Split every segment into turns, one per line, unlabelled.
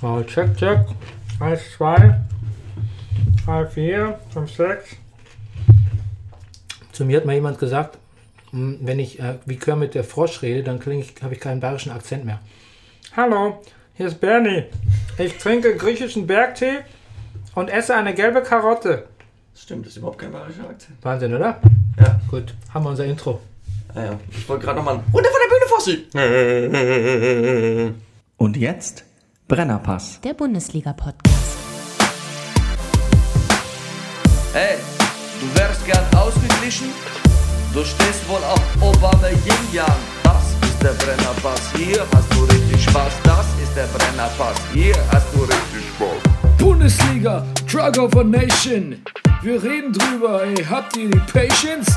Mal check, check. 1, 2, 3, 4, 5, 6. Zu mir hat mal jemand gesagt, hm, wenn ich äh, wie Kermit der Frosch rede, dann klinge ich, habe ich keinen bayerischen Akzent mehr. Hallo, hier ist Bernie. Ich trinke griechischen Bergtee und esse eine gelbe Karotte.
Stimmt, das ist überhaupt kein bayerischer Akzent.
Wahnsinn, oder?
Ja,
Gut, haben wir unser Intro.
ah ja. Ich wollte gerade oh, nochmal. Runter von der Bühne, Fossi! Und jetzt Brennerpass.
Der Bundesliga-Podcast.
Hey, du wärst gern ausgeglichen? Du stehst wohl auf Obama Yin Yang. Das ist der Brennerpass. Hier hast du richtig Spaß. Das ist der Brennerpass. Hier hast du richtig Spaß.
Bundesliga, Drug of a Nation. Wir reden drüber, ey, habt ihr die Patience?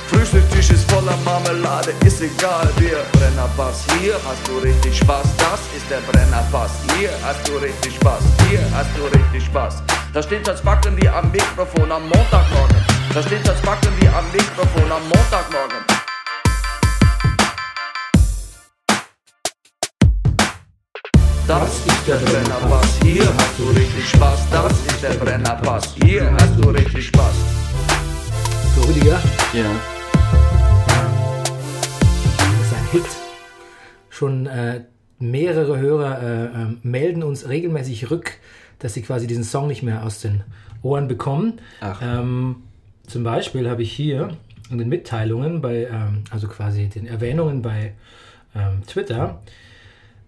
Frühstückstisch ist voller Marmelade, ist egal, wir Brennerpass, hier hast du richtig Spaß, das ist der Brennerpass, hier hast du richtig Spaß, hier hast du richtig Spaß. Da stehen als Backen wie am Mikrofon am Montagmorgen, da stehen als Backen wie am Mikrofon am Montagmorgen. Das ist der Brennerpass, hier hast du richtig Spaß, das ist der Brennerpass, hier hast du richtig Spaß.
So, Rüdiger,
Ja.
das ist ein Hit. Schon äh, mehrere Hörer äh, ähm, melden uns regelmäßig rück, dass sie quasi diesen Song nicht mehr aus den Ohren bekommen.
Ach.
Ähm, zum Beispiel habe ich hier in den Mitteilungen bei, ähm, also quasi den Erwähnungen bei ähm, Twitter,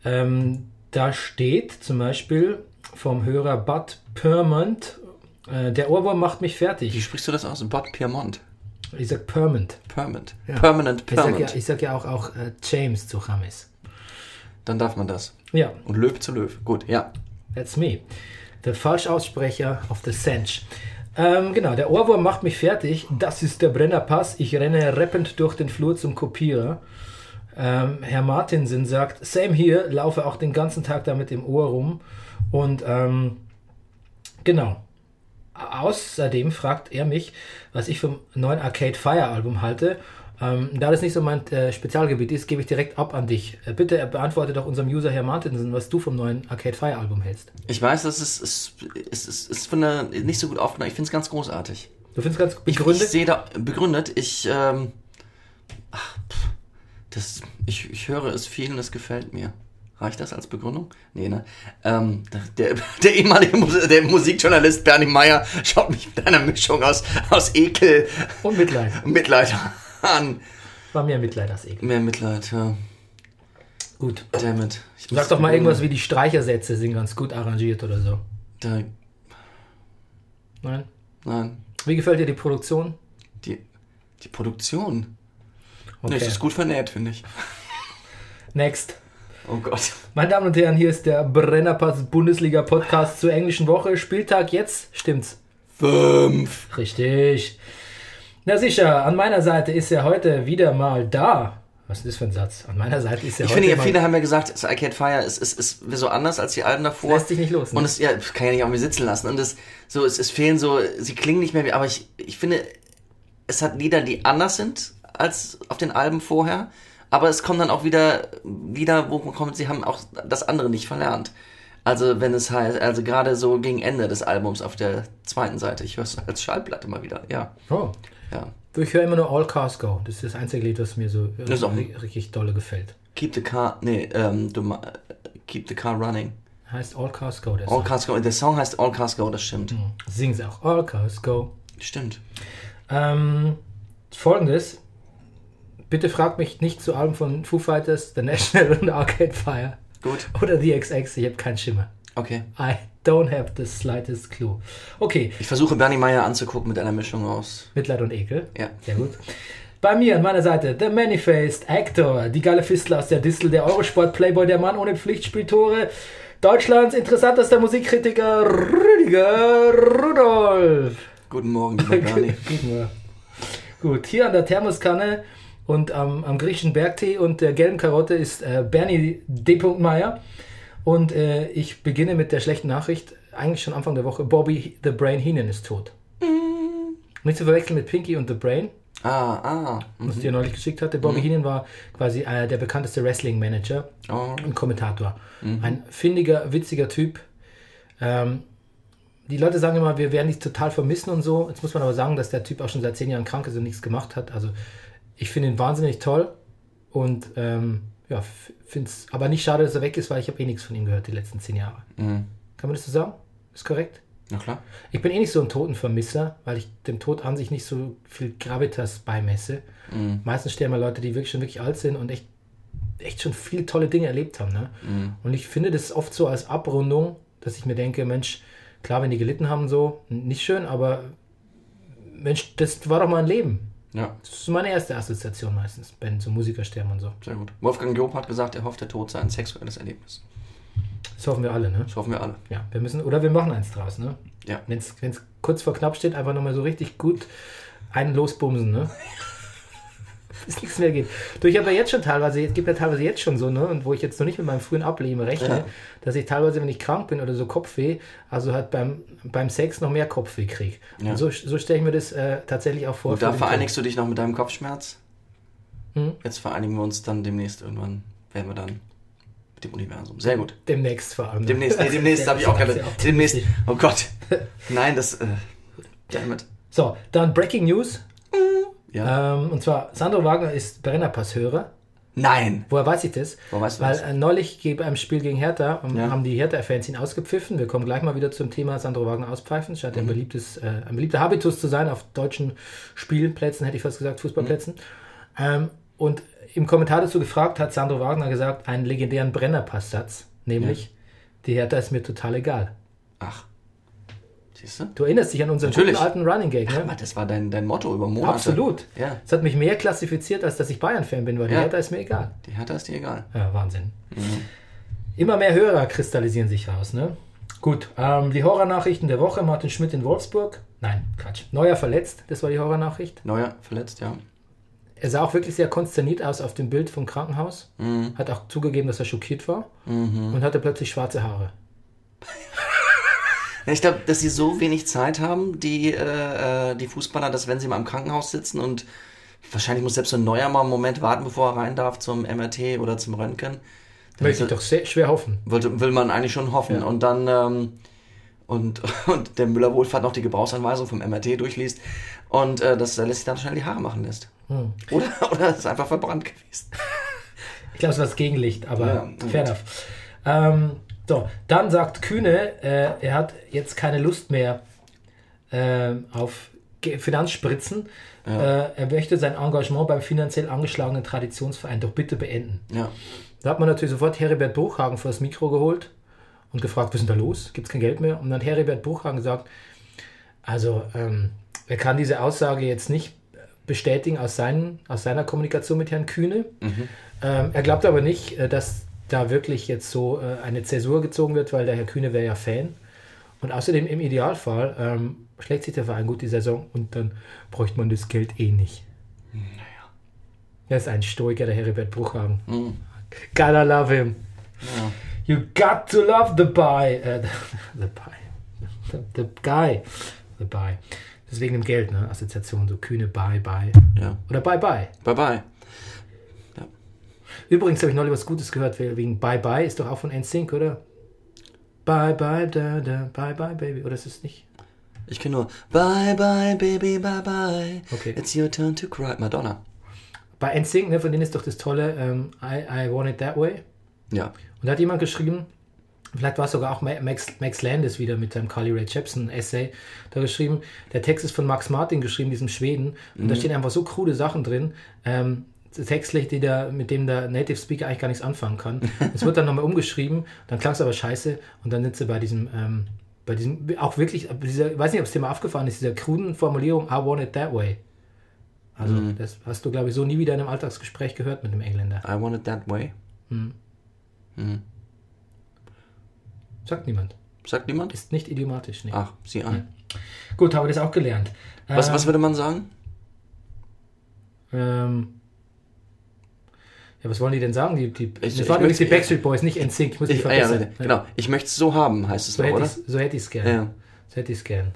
ähm, da steht zum Beispiel vom Hörer Bud Permont, äh, der Ohrwurm macht mich
Wie
fertig.
sprichst du das aus? Bad Piermont.
Ich sag Permont.
Permanent.
Ja.
Permanent,
Ich sag ja,
permanent.
ich sag ja auch, auch äh, James zu James.
Dann darf man das.
Ja,
Und Löw zu Löw. Gut, ja.
that's me. Der Falschaussprecher of the Sench. Ähm, genau, der Ohrwurm macht mich fertig. Das ist der Brennerpass. Ich renne rappend durch den Flur zum Kopierer. Ähm, Herr Martinsen sagt, same hier, laufe auch den ganzen Tag da mit dem Ohr rum. Und ähm, genau. Außerdem fragt er mich, was ich vom neuen Arcade Fire Album halte. Ähm, da das nicht so mein äh, Spezialgebiet ist, gebe ich direkt ab an dich. Äh, bitte äh, beantworte doch unserem User Herr Martinsen, was du vom neuen Arcade Fire Album hältst.
Ich weiß, das ist, ist, ist, ist, ist von der, nicht so gut aufgenommen. Ich finde es ganz großartig.
Du findest ganz
Ich
begründet?
sehe da begründet. Ich, ähm, ach, pff, das, ich, ich höre es viel und es gefällt mir. Reicht das als Begründung? Nee, ne? Ähm, der, der ehemalige Mus der Musikjournalist Bernie Meyer schaut mich mit einer Mischung aus, aus Ekel
Und Mitleid.
und Mitleid an.
War mir Mitleid das Ekel.
Mehr Mitleid, ja.
Gut.
Damn it. Ich muss-
Sag doch mal irgendwas wie die Streichersätze sind ganz gut arrangiert oder so.
Da,
Nein?
nein,
Wie gefällt dir die Produktion?
die, die Produktion.
Okay.
Nee, es ist gut vernäht, finde ich.
Next.
Oh Gott.
Meine Damen und Herren, hier ist der Brennerpass Bundesliga Podcast zur englischen Woche. Spieltag jetzt, stimmt's?
Fünf.
Richtig. Na sicher, an meiner Seite ist er heute wieder mal da. Was ist das für ein Satz? An meiner Seite ist er
Ich
heute
finde ja,
mal
viele haben ja gesagt, das Arcade Fire ist, ist, ist so anders als die Alben davor.
Lässt sich nicht los, ne?
Und es ja, kann ja nicht auf mir sitzen lassen. Und es, so, es, es fehlen so, sie klingen nicht mehr wie, aber ich, ich finde, es hat Lieder, die anders sind als auf den Alben vorher. Aber es kommen dann auch wieder, wieder, wo man kommt, sie haben auch das andere nicht verlernt. Also, wenn es halt, also gerade so gegen Ende des Albums auf der zweiten Seite. Ich höre es als Schallplatte mal wieder, ja.
Oh.
ja.
Ich höre immer nur All Cars Go. Das ist das einzige Lied, was mir so
ist auch-
ri- richtig dolle gefällt.
Keep the car, nee, ähm, du, ma- keep the car running.
Heißt All Cars Go. Der
All
Song.
Cars Go, der Song heißt All Cars Go, das stimmt.
Sing's auch. All Cars Go.
Stimmt.
Ähm, Folgendes. Bitte fragt mich nicht zu Alben von Foo Fighters, The National und Arcade Fire.
Gut.
Oder The XX. Ich habe keinen Schimmer.
Okay.
I don't have the slightest clue. Okay,
Ich versuche Bernie Meyer anzugucken mit einer Mischung aus.
Mitleid und Ekel.
Ja.
Sehr gut. Bei mir an meiner Seite The Manifest Actor, die geile Fistel aus der Distel, der Eurosport Playboy, der Mann ohne Pflichtspieltore, Deutschlands interessantester Musikkritiker Rüdiger Rudolf.
Guten Morgen, lieber Bernie.
Guten Morgen. Gut, hier an der Thermoskanne und am, am griechischen Bergtee und der gelben Karotte ist äh, Bernie D. Meyer. Und äh, ich beginne mit der schlechten Nachricht, eigentlich schon Anfang der Woche. Bobby The Brain Heenan ist tot. Nicht zu verwechseln mit Pinky und The Brain,
Ah, ah.
was ich dir neulich geschickt hatte. Bobby Heenan war quasi äh, der bekannteste Wrestling-Manager
Oh.
und Kommentator. Ein findiger, witziger Typ. Ähm, die Leute sagen immer, wir werden dich total vermissen und so. Jetzt muss man aber sagen, dass der Typ auch schon seit zehn Jahren krank ist und nichts gemacht hat. Also ich finde ihn wahnsinnig toll und ähm, ja, finde es aber nicht schade, dass er weg ist, weil ich habe eh nichts von ihm gehört die letzten zehn Jahre.
Mhm.
Kann man das so sagen? Ist korrekt?
Na klar.
Ich bin eh nicht so ein Totenvermisser, weil ich dem Tod an sich nicht so viel Gravitas beimesse. Meistens sterben ja Leute, die wirklich schon wirklich alt sind und echt, echt schon viel tolle Dinge erlebt haben. Ne? Und ich finde das oft so als Abrundung, dass ich mir denke, Mensch, klar, wenn die gelitten haben, so, nicht schön, aber Mensch, das war doch mein Leben.
Ja,
Das ist meine erste Assoziation meistens, wenn so Musiker sterben und so.
sehr gut. Wolfgang Job hat gesagt, er hofft, der Tod sei ein sexuelles Erlebnis.
Das hoffen wir alle, ne?
Das hoffen wir alle.
Ja, wir müssen, oder wir machen eins draus, ne?
Ja.
Wenn es kurz vor knapp steht, einfach nochmal so richtig gut einen losbumsen, ne? Bis nichts mehr geht. Du, ich habe ja jetzt schon teilweise, es gibt ja teilweise jetzt schon so, ne? Und wo ich jetzt noch nicht mit meinem frühen Ableben rechne,
Ja.
dass ich teilweise, wenn ich krank bin oder so Kopfweh, also halt beim, beim Sex noch mehr Kopfweh kriege.
Ja.
Und so, so stelle ich mir das äh, tatsächlich auch vor.
Und da
für den
vereinigst du dich noch mit deinem Kopfschmerz.
Mhm.
Jetzt vereinigen wir uns dann demnächst irgendwann. Werden wir dann mit dem Universum. Sehr gut.
Kopf. Demnächst vor allem. ne?
Demnächst, nee, demnächst habe ich auch gerade.
Sehr optimistisch.
Demnächst. Oh Gott. Nein, das. Äh, damit.
So, dann Breaking News.
Ja.
Ähm, und zwar, Sandro Wagner ist Brennerpass-Hörer.
Nein.
Woher weiß ich das?
Woher weißt du
Weil
das?
äh, neulich ge- beim Spiel gegen Hertha ähm,
Ja.
haben die Hertha-Fans ihn ausgepfiffen. Wir kommen gleich mal wieder zum Thema Sandro Wagner auspfeifen. Scheint
Mhm.
ein, beliebtes, äh, ein beliebter Habitus zu sein auf deutschen Spielplätzen, hätte ich fast gesagt, Fußballplätzen.
Mhm.
Ähm, und im Kommentar dazu gefragt hat Sandro Wagner gesagt, einen legendären Brennerpass-Satz, nämlich, die Hertha ist mir total egal.
Ach. Siehst du?
Du erinnerst dich an unseren
Natürlich.
guten alten Running Gag, ne?
Aber das war dein, dein Motto über Monate.
Absolut.
Ja.
Das hat mich mehr klassifiziert, als dass ich Bayern-Fan bin, weil die
Ja.
Hertha ist mir egal.
Die Hertha ist dir egal.
Ja, Wahnsinn. Immer mehr Hörer kristallisieren sich raus, ne? Gut, ähm, die Horrornachrichten der Woche. Martin Schmidt in Wolfsburg. Nein, Quatsch. Neuer verletzt, das war die Horrornachricht.
Neuer, verletzt, ja.
Er sah auch wirklich sehr konsterniert aus auf dem Bild vom Krankenhaus. Hat auch zugegeben, dass er schockiert war. Und hatte plötzlich schwarze Haare.
Ja, Ich glaube, dass sie so wenig Zeit haben, die, äh, äh, die Fußballer, dass wenn sie mal im Krankenhaus sitzen und wahrscheinlich muss selbst so ein Neuer mal einen Moment warten, bevor er rein darf zum MRT oder zum Röntgen. Dann
Möchte
ist-
ich doch sehr schwer hoffen.
Will, will man eigentlich schon hoffen. Und dann ähm, und, und der Müller Wohlfahrt noch die Gebrauchsanweisung vom MRT durchliest und äh, das lässt sich dann schnell die Haare machen lässt.
Hm.
Oder, oder ist einfach verbrannt gewesen.
Ich glaube, es war das Gegenlicht,
Ja,
aber
gut.
fair enough. Ähm, so, dann sagt Kühne, äh, er hat jetzt keine Lust mehr äh, auf Ge- Finanzspritzen. Äh, er möchte sein Engagement beim finanziell angeschlagenen Traditionsverein doch bitte beenden.
Ja.
Da hat man natürlich sofort Heribert Bruchhagen vor das Mikro geholt und gefragt, was ist denn da los? Gibt es kein Geld mehr? Und dann hat Heribert Bruchhagen gesagt, also ähm, er kann diese Aussage jetzt nicht bestätigen aus, seinen, aus seiner Kommunikation mit Herrn Kühne. Ähm, er glaubt aber nicht, äh, dass da wirklich jetzt so äh, eine Zäsur gezogen wird, weil der Herr Kühne wäre ja Fan. Und außerdem im Idealfall ähm, schlägt sich der Verein gut die Saison und dann bräuchte man das Geld eh nicht. Er ist ein Stoiker, der Heribert Bruchhagen. Gotta love him. You got to love the guy. Äh, the guy. The, the guy. The guy. Deswegen im Geld, ne? Assoziation, so kühne Bye, Bye.
Ja.
Oder Bye, Bye.
Bye bye.
Übrigens habe ich neulich was Gutes gehört, we- wegen Bye, Bye. Ist doch auch von NSYNC, oder? Bye, Bye, da, da, Bye, Bye, Baby. Oder ist es nicht?
Ich kenne nur Bye bye baby bye bye.
Okay.
It's your turn to cry. Madonna.
Bei NSYNC, ne? Von denen ist doch das tolle ähm, I, I Want It That Way.
Ja.
Und da hat jemand geschrieben, vielleicht war es sogar auch Ma- Max, Max Landis wieder mit seinem Carly Rae Jepsen Essay, da geschrieben, der Text ist von Max Martin geschrieben, diesem Schweden, und da stehen einfach so krude Sachen drin, ähm, textlich, die der, mit dem der Native Speaker eigentlich gar nichts anfangen kann. Es wird dann nochmal umgeschrieben, dann klang es aber scheiße und dann sind sie bei diesem, ähm, bei diesem, auch wirklich, dieser, ich weiß nicht, ob es dir mal aufgefallen ist, dieser kruden Formulierung, I want it that way. Also, das hast du, glaube ich, so nie wieder in einem Alltagsgespräch gehört mit dem Engländer.
I want it that way.
Sagt niemand.
Sagt niemand?
Ist nicht idiomatisch. Nee.
Ach, sieh an.
Gut, habe das auch gelernt.
Was,
Ähm,
was würde man sagen?
Ähm, ja, was wollen die denn sagen? Die, die,
Ich-
das waren
ich
übrigens die
möchte-
Backstreet Boys, nicht NSYNC. Ich muss mich
Ich, ah, ja,
verbessern.
ne, genau. Ich möchte es so haben, heißt es
So
noch,
hätte
oder?
ich's- so hätte ich es gern.
Ja.
So hätte ich es gern.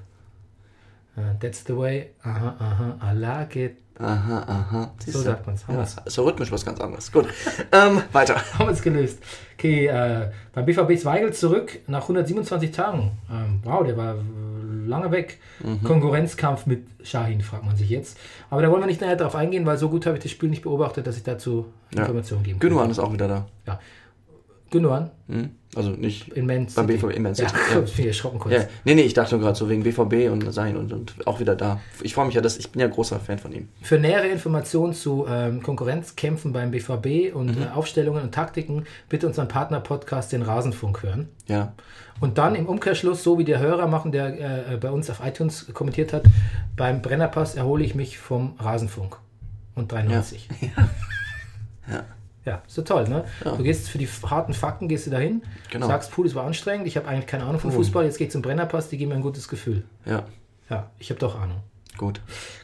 Ah, that's the way. Aha, aha, I like it.
Aha, aha. Siehst du.
sagt man's. Haben
Ja,
wir's.
ist ja rhythmisch was ganz anderes. Gut. ähm, weiter.
Haben wir es gelöst. Okay, äh, beim BVB Zweigel zurück nach 127 Tagen. Ähm, wow, der war äh, lange weg.
Mhm.
Konkurrenzkampf mit Shahin, fragt man sich jetzt. Aber da wollen wir nicht näher drauf eingehen, weil so gut habe ich das Spiel nicht beobachtet, dass ich dazu
Ja.
Informationen geben kann.
Gündogan ist auch wieder da.
Gündogan
Hm? Also nicht.
in Man City.
Beim BVB in Man City,
Ja,
ja.
ich bin erschrocken kurz.
Ja, nee, nee, ich dachte nur gerade so wegen BVB und sein und, und auch wieder da. Ich freue mich ja, dass ich bin ja großer Fan von ihm.
Für nähere Informationen zu ähm, Konkurrenzkämpfen beim BVB
Mhm.
und äh, Aufstellungen und Taktiken bitte unseren Partner-Podcast, den Rasenfunk, hören.
Ja.
Und dann im Umkehrschluss, so wie der Hörer machen, der äh, bei uns auf iTunes kommentiert hat, beim Brennerpass erhole ich mich vom Rasenfunk und 93. Ja,
Ja.
ist so toll, ne?
Ja.
Du gehst für die harten Fakten, gehst du dahin,
Genau.
sagst, puh, das war anstrengend, ich habe eigentlich keine Ahnung von Fußball, jetzt gehe ich zum Brennerpass, die geben mir ein gutes Gefühl.
Ja.
Ja, ich habe doch Ahnung.
Gut.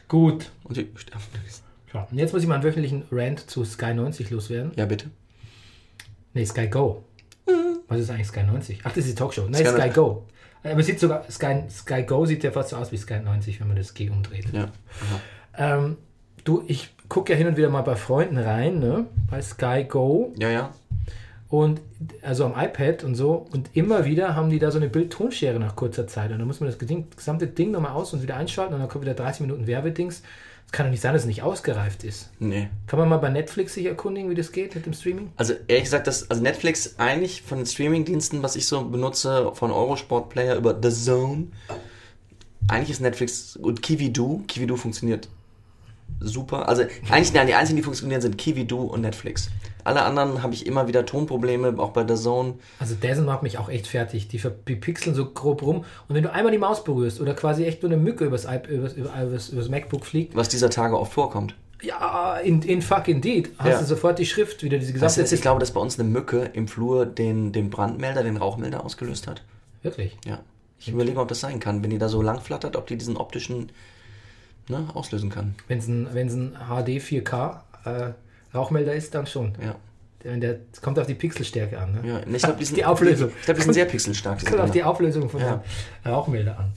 Gut.
Und die sterben.
Ja, und jetzt muss ich meinen wöchentlichen Rant zu Sky 90 loswerden.
Ja, bitte.
Nee, Sky Go. Was ist eigentlich Sky 90? Ach, das ist die Talkshow. Nein,
Mhm. Sky-
Sky, Go. Äh, Aber es sieht sogar, Sky, Sky Go sieht ja fast so aus wie Sky 90, wenn man das G umdreht.
Ja.
Ähm, du, ich gucke ja hin und wieder mal bei Freunden rein, ne? Bei Sky Go.
Ja, ja.
Und also am iPad und so. Und immer wieder haben die da so eine Bild-Tonschere nach kurzer Zeit. Und dann muss man das geding- gesamte Ding nochmal aus und wieder einschalten. Und dann kommt wieder 30 Minuten Werbedings. Es kann doch nicht sein, dass es nicht ausgereift ist.
Nee.
Kann man mal bei Netflix sich erkundigen, wie das geht mit dem Streaming?
Also ehrlich gesagt, das, also Netflix eigentlich von den Streaming-Diensten, was ich so benutze, von Eurosport Player über The Zone, eigentlich ist Netflix und Kiwidu. Kiwidu funktioniert super. Also eigentlich nein, die einzigen, die funktionieren, sind Kiwidu und Netflix. Alle anderen habe ich immer wieder Tonprobleme, auch bei The Zone.
Also Dazen macht mich auch echt fertig. Die, ver- die pixeln so grob rum. Und wenn du einmal die Maus berührst oder quasi echt nur eine Mücke übers, iP- übers, über- übers, übers MacBook fliegt,
was dieser Tage oft vorkommt.
ja, in, in fuck indeed, hast
Ja.
du sofort die Schrift wieder, diese
Das
gesamte...
ist, Also, ich glaube, dass bei uns eine Mücke im Flur den, den Brandmelder, den Rauchmelder ausgelöst hat.
Wirklich.
Ja. Ich überlege, ob das sein kann, wenn die da so lang flattert, ob die diesen optischen ne, auslösen kann.
Wenn es ein, wenn's ein HD 4K äh, Rauchmelder ist, dann schon.
Ja.
Wenn der, es kommt auf die Pixelstärke an. Ne?
ja. Ich glaube, die sind,
Die Auflösung.
Ich glaube, die sind sehr pixelstark. diese
Es kommt auf die
Dinger.
Auflösung von
Ja.
dem Rauchmelder an.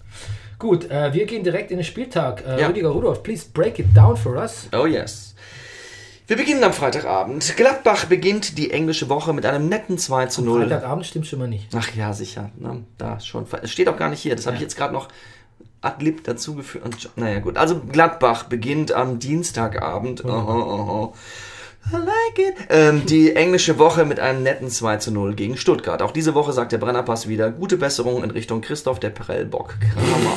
Gut, äh, wir gehen direkt in den Spieltag. Äh,
Ja.
Rüdiger Rudolf, please break it down for us.
Oh yes. Wir beginnen am Freitagabend. Gladbach beginnt die englische Woche mit einem netten 2 zu 0.
Freitagabend stimmt schon mal nicht.
Ach ja, sicher. Ne? Da schon. Es steht auch gar nicht hier. Das habe ich jetzt gerade noch ad lib dazugeführt. Und, naja, gut. Also Gladbach beginnt am Dienstagabend. Oh, oh, oh. I like it. Ähm, die englische Woche mit einem netten 2 zu 0 gegen Stuttgart. Auch diese Woche sagt der Brennerpass wieder gute Besserung in Richtung Christoph der Prellbock. Kramer.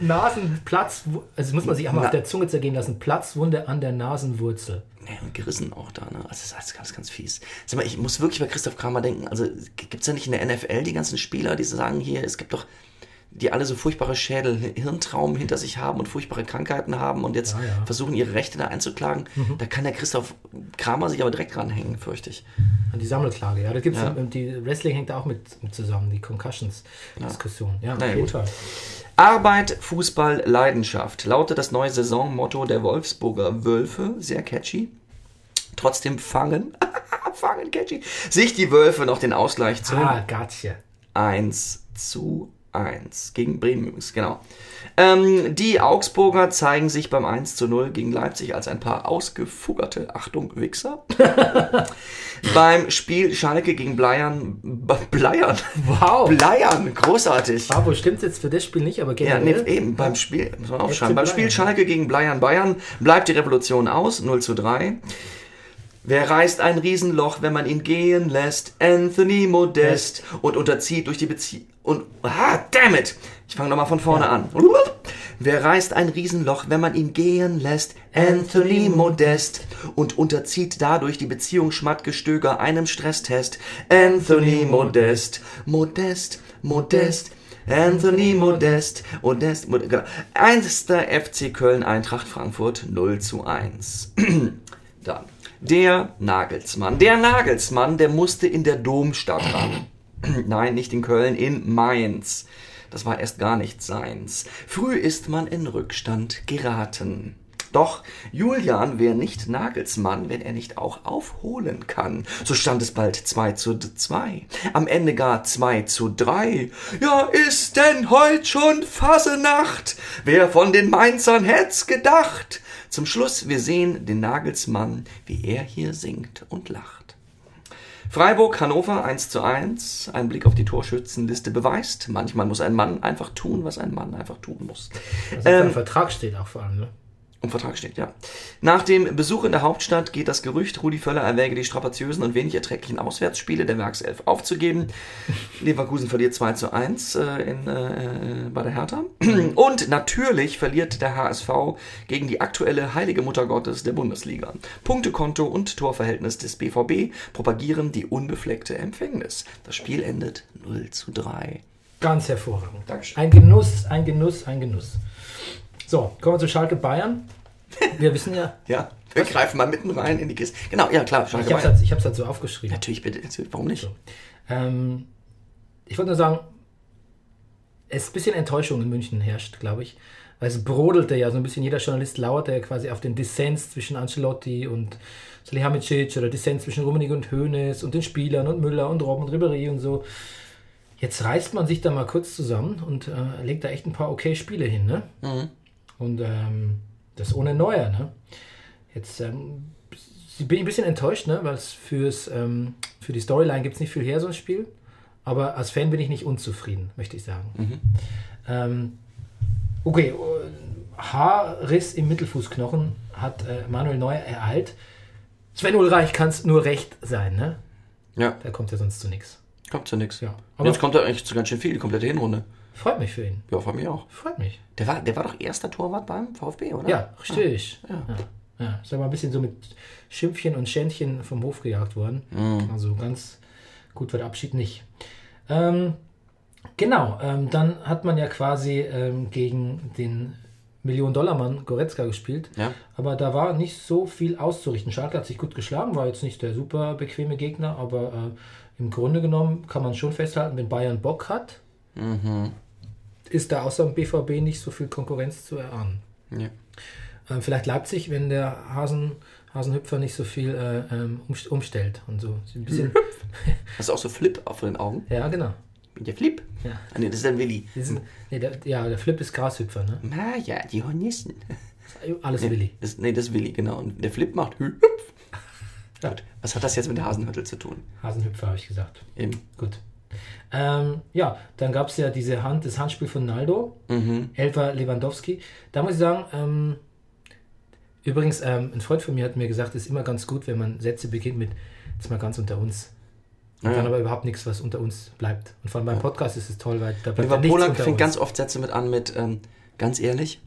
Nasenplatz, also das muss man sich einmal
Na-
auf der Zunge zergehen lassen, Platzwunde an der Nasenwurzel.
Ja, und gerissen auch da, ne? Also, das ist alles ganz, ganz fies. Sag mal, ich muss wirklich bei Christoph Kramer denken. Also, gibt's ja nicht in der NFL die ganzen Spieler, die sagen hier, es gibt doch, die alle so furchtbare Schädel, Hirntraumen hinter sich haben und furchtbare Krankheiten haben und jetzt
Ja, ja. Mhm.
versuchen, ihre Rechte da einzuklagen. Da kann der Christoph Kramer sich aber direkt ranhängen, fürchte ich.
An die Sammelklage, ja. Da gibt's
Ja.
Und die Wrestling hängt da auch mit, mit zusammen, die Concussions-Diskussion. Ja, auf
Naja,
jeden
gut.
Fall.
Arbeit, Fußball, Leidenschaft lautet das neue Saisonmotto der Wolfsburger Wölfe. Sehr catchy. Trotzdem fangen, fangen catchy, sich die Wölfe noch den Ausgleich zu.
Ah, gotcha.
1 zu 1. Gegen Bremen übrigens, genau. Ähm, die Augsburger zeigen sich beim 1 zu 0 gegen Leipzig als ein paar ausgefuggerte, Achtung, Wichser. beim Spiel Schalke gegen Bleiern, B- Bleiern,
Wow.
Bleiern, großartig.
Bravo, stimmt jetzt für das Spiel nicht, aber
Ja, nee,
generell.
eben, beim Spiel, muss man
FC
aufschreiben, beim Spiel
Bleiern.
Schalke gegen Bleiern Bayern bleibt die Revolution aus, 0 zu 3. Wer reißt ein Riesenloch, wenn man ihn gehen lässt? Anthony Modest und unterzieht durch die Beziehung. Und. Ah, damn it! Ich fange nochmal von vorne an. Wer reißt ein Riesenloch, wenn man ihn gehen lässt? Anthony Modest und unterzieht dadurch die Beziehung Schmattgestöger einem Stresstest. Anthony Modest, Modest, Modest, Anthony Modest, Modest, Modest. Genau. 1. FC Köln, Eintracht Frankfurt 0 zu 1. Dann. Der Nagelsmann. Der Nagelsmann, der musste in der Domstadt ran. Nein, nicht in Köln, in Mainz. Das war erst gar nicht seins. Früh ist man in Rückstand geraten. Doch Julian wäre nicht Nagelsmann, wenn er nicht auch aufholen kann. So stand es bald 2 zu 2, am Ende gar 2 zu 3. Ja, ist denn heut schon Fasenacht? Wer von den Mainzern hätt's gedacht? Zum Schluss, wir sehen den Nagelsmann, wie er hier singt und lacht. Freiburg, Hannover 1 zu 1. Ein Blick auf die Torschützenliste beweist, manchmal muss ein Mann einfach tun, was ein Mann einfach tun muss.
Was ähm, im Vertrag steht auch vor allem, ne?
Im Vertrag steht, ja. Nach dem Besuch in der Hauptstadt geht das Gerücht, Rudi Völler erwäge die strapaziösen und wenig erträglichen Auswärtsspiele der Werkself aufzugeben. Leverkusen verliert 2 zu 1 äh, in, äh, bei der Hertha. Und natürlich verliert der HSV gegen die aktuelle Heilige Mutter Gottes der Bundesliga. Punktekonto und Torverhältnis des BVB propagieren die unbefleckte Empfängnis. Das Spiel endet 0 zu 3.
Ganz hervorragend.
Dankeschön.
Ein Genuss, ein Genuss, ein Genuss. So, kommen wir zu Schalke Bayern. Wir wissen ja,
Ja, wir greifen mal mitten rein in die Kiste. Genau, ja klar, Schalke
ich habe
Bayern.
es halt, so aufgeschrieben.
Natürlich, bitte, natürlich, warum nicht?
Ähm, ich wollte nur sagen, es ist ein bisschen Enttäuschung in München herrscht, glaube ich. Weil es brodelte ja so ein bisschen, jeder Journalist lauerte ja quasi auf den Dissens zwischen Ancelotti und Salihamidzic oder Dissens zwischen Rummenigge und Hoeneß und den Spielern und Müller und Robben und Ribéry und so. Jetzt reißt man sich da mal kurz zusammen und äh, legt da echt ein paar okay Spiele hin, ne? Und ähm, das ohne Neuer, ne? Jetzt ähm, bin ich ein bisschen enttäuscht, ne? Weil es fürs, ähm, für die Storyline gibt es nicht viel her, so ein Spiel. Aber als Fan bin ich nicht unzufrieden, möchte ich sagen. Ähm, okay, äh, Haarriss im Mittelfußknochen hat äh, Manuel Neuer ereilt. Sven Ulreich kann es nur recht sein, ne?
Ja,
Da kommt ja sonst zu nichts.
kommt zu nichts.
Ja,
Und
aber-
jetzt kommt da eigentlich zu ganz schön viel, die komplette Hinrunde.
Freut mich für ihn.
Ja, von mir auch.
Freut mich.
Der war, der war doch erster Torwart beim VfB, oder?
Ja, richtig. Ja. Ja. Ist aber ein bisschen so mit Schimpfchen und Schändchen vom Hof gejagt worden. Also ganz gut war der Abschied nicht. Ähm, genau, ähm, dann hat man ja quasi ähm, gegen den Million-Dollar-Mann Goretzka gespielt.
Ja.
Aber da war nicht so viel auszurichten. Schalke hat sich gut geschlagen, war jetzt nicht der super bequeme Gegner, aber äh, im Grunde genommen kann man schon festhalten, wenn Bayern Bock hat, ist da außer dem BVB nicht so viel Konkurrenz zu erahnen.
Ja.
Ähm, vielleicht Leipzig, wenn der Hasen, Hasenhüpfer nicht so viel äh, ähm, umst- umstellt und so. Ist Ein bisschen,
Hast du auch so Flip auf den Augen?
ja, genau.
Der Flip?
Ja.
Ah, nee, das ist dann Willi.
Die sind, nee, der, ja, der Flip ist Grashüpfer, ne?
Ah, ja, die Hornissen.
Alles Willi.
Das, nee, das ist Willi, genau. Und der Flip macht Hüpf. Gut. Was hat das jetzt mit der Hasenhüttel zu tun?
Hasenhüpfer, habe ich gesagt.
Eben.
Gut. Ähm, ja, dann gab es ja diese Hand, das Handspiel von Naldo,
Mhm.
Elfer Lewandowski. Da muss ich sagen, ähm, übrigens, ähm, ein Freund von mir hat mir gesagt, es ist immer ganz gut, wenn man Sätze beginnt mit, jetzt mal ganz unter uns.
Ah,
Und dann aber überhaupt nichts, was unter uns bleibt. Und vor allem beim Podcast ist es toll, weil da bleibt ja
Oliver
nichts
Polak
unter
fängt
uns.
ganz oft Sätze mit an mit ähm, ganz ehrlich.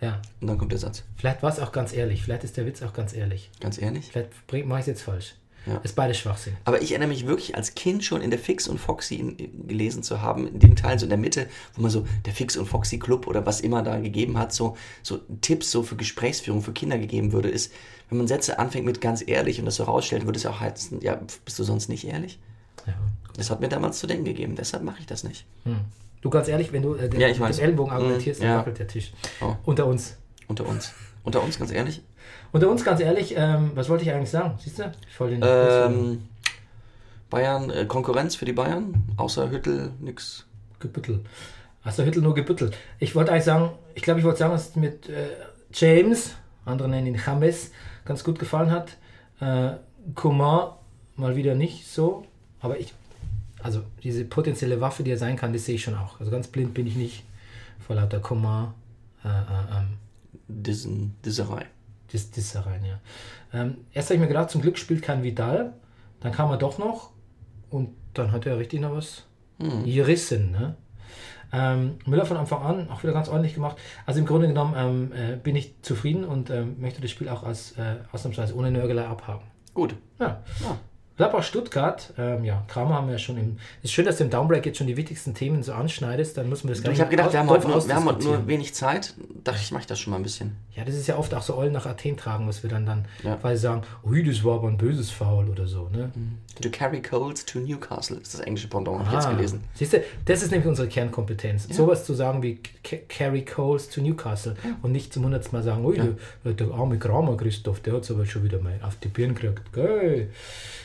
ja,
Und dann kommt der Satz.
vielleicht war es auch ganz ehrlich. Vielleicht ist der Witz auch ganz ehrlich.
Ganz ehrlich.
Vielleicht mache ich es jetzt falsch.
Ja.
Ist beides Schwachsinn.
Aber ich erinnere mich wirklich als Kind schon in der Fix und Foxy in, gelesen zu haben, den Teil so in der Mitte, wo man so der Fix und Foxy Club oder was immer da gegeben hat, so, so Tipps so für Gesprächsführung für Kinder gegeben würde, ist, wenn man Sätze anfängt mit ganz ehrlich und das so rausstellt, würde es auch heißen, ja, pf, bist du sonst nicht ehrlich?
Ja.
Das hat mir damals zu denken gegeben, deshalb mache ich das nicht.
Du ganz ehrlich, wenn du äh, den,
Ja, ich
mit
weiß. Mhm,
dem Ellenbogen argumentierst,
ja.
dann wackelt der Tisch.
Oh.
Unter uns.
Unter uns. Unter uns, ganz ehrlich.
Unter uns ganz ehrlich, ähm, was wollte ich eigentlich sagen? Siehst du? Ich wollte den
Ähm, Bayern, äh, Konkurrenz für die Bayern, außer Hüttel, nix.
gebüttelt. Hast du Hüttel nur gebüttelt? Ich wollte eigentlich sagen, ich glaube, ich wollte sagen, dass es mit äh, James, andere nennen ihn James, ganz gut gefallen hat. Äh, Coman mal wieder nicht so, aber ich, also diese potenzielle Waffe, die er sein kann, das sehe ich schon auch. Also ganz blind bin ich nicht vor lauter Coman. Äh, äh, ähm,
Dissen, Disserei.
Das, das ist da rein, ja. Ähm, erst habe ich mir gedacht, zum Glück spielt kein Vidal. Dann kam er doch noch und dann hat er richtig noch was
Hm.
gerissen. Ne? Ähm, Müller von Anfang an auch wieder ganz ordentlich gemacht. Also im Grunde genommen ähm, äh, bin ich zufrieden und ähm, möchte das Spiel auch als äh, ausnahmsweise ohne Nörgeler abhaben.
Gut.
Ja.
Ja.
Lass Gladbach Stuttgart, ähm, ja, Kramer haben wir ja schon im. Ist schön, dass du im Downbreak jetzt schon die wichtigsten Themen so anschneidest, dann müssen wir das
Ich habe gedacht, wir haben, heute nur, wir haben heute nur wenig Zeit. Dachte ich, mache ich das schon mal ein bisschen.
Ja, das ist ja oft auch so Eulen nach Athen tragen, was wir dann dann
Ja.
quasi sagen, ui, das war aber ein böses Foul oder so, ne?
To carry coals to Newcastle ist das englische Pendant, habe ich jetzt gelesen.
Siehst du, das ist nämlich unsere Kernkompetenz. Sowas zu sagen wie K- Carry Coles zu Newcastle und nicht zum hundertsten Mal sagen, ui, der, der arme Kramer Christoph, der hat es aber schon wieder mal auf die Birne gekriegt. Geil.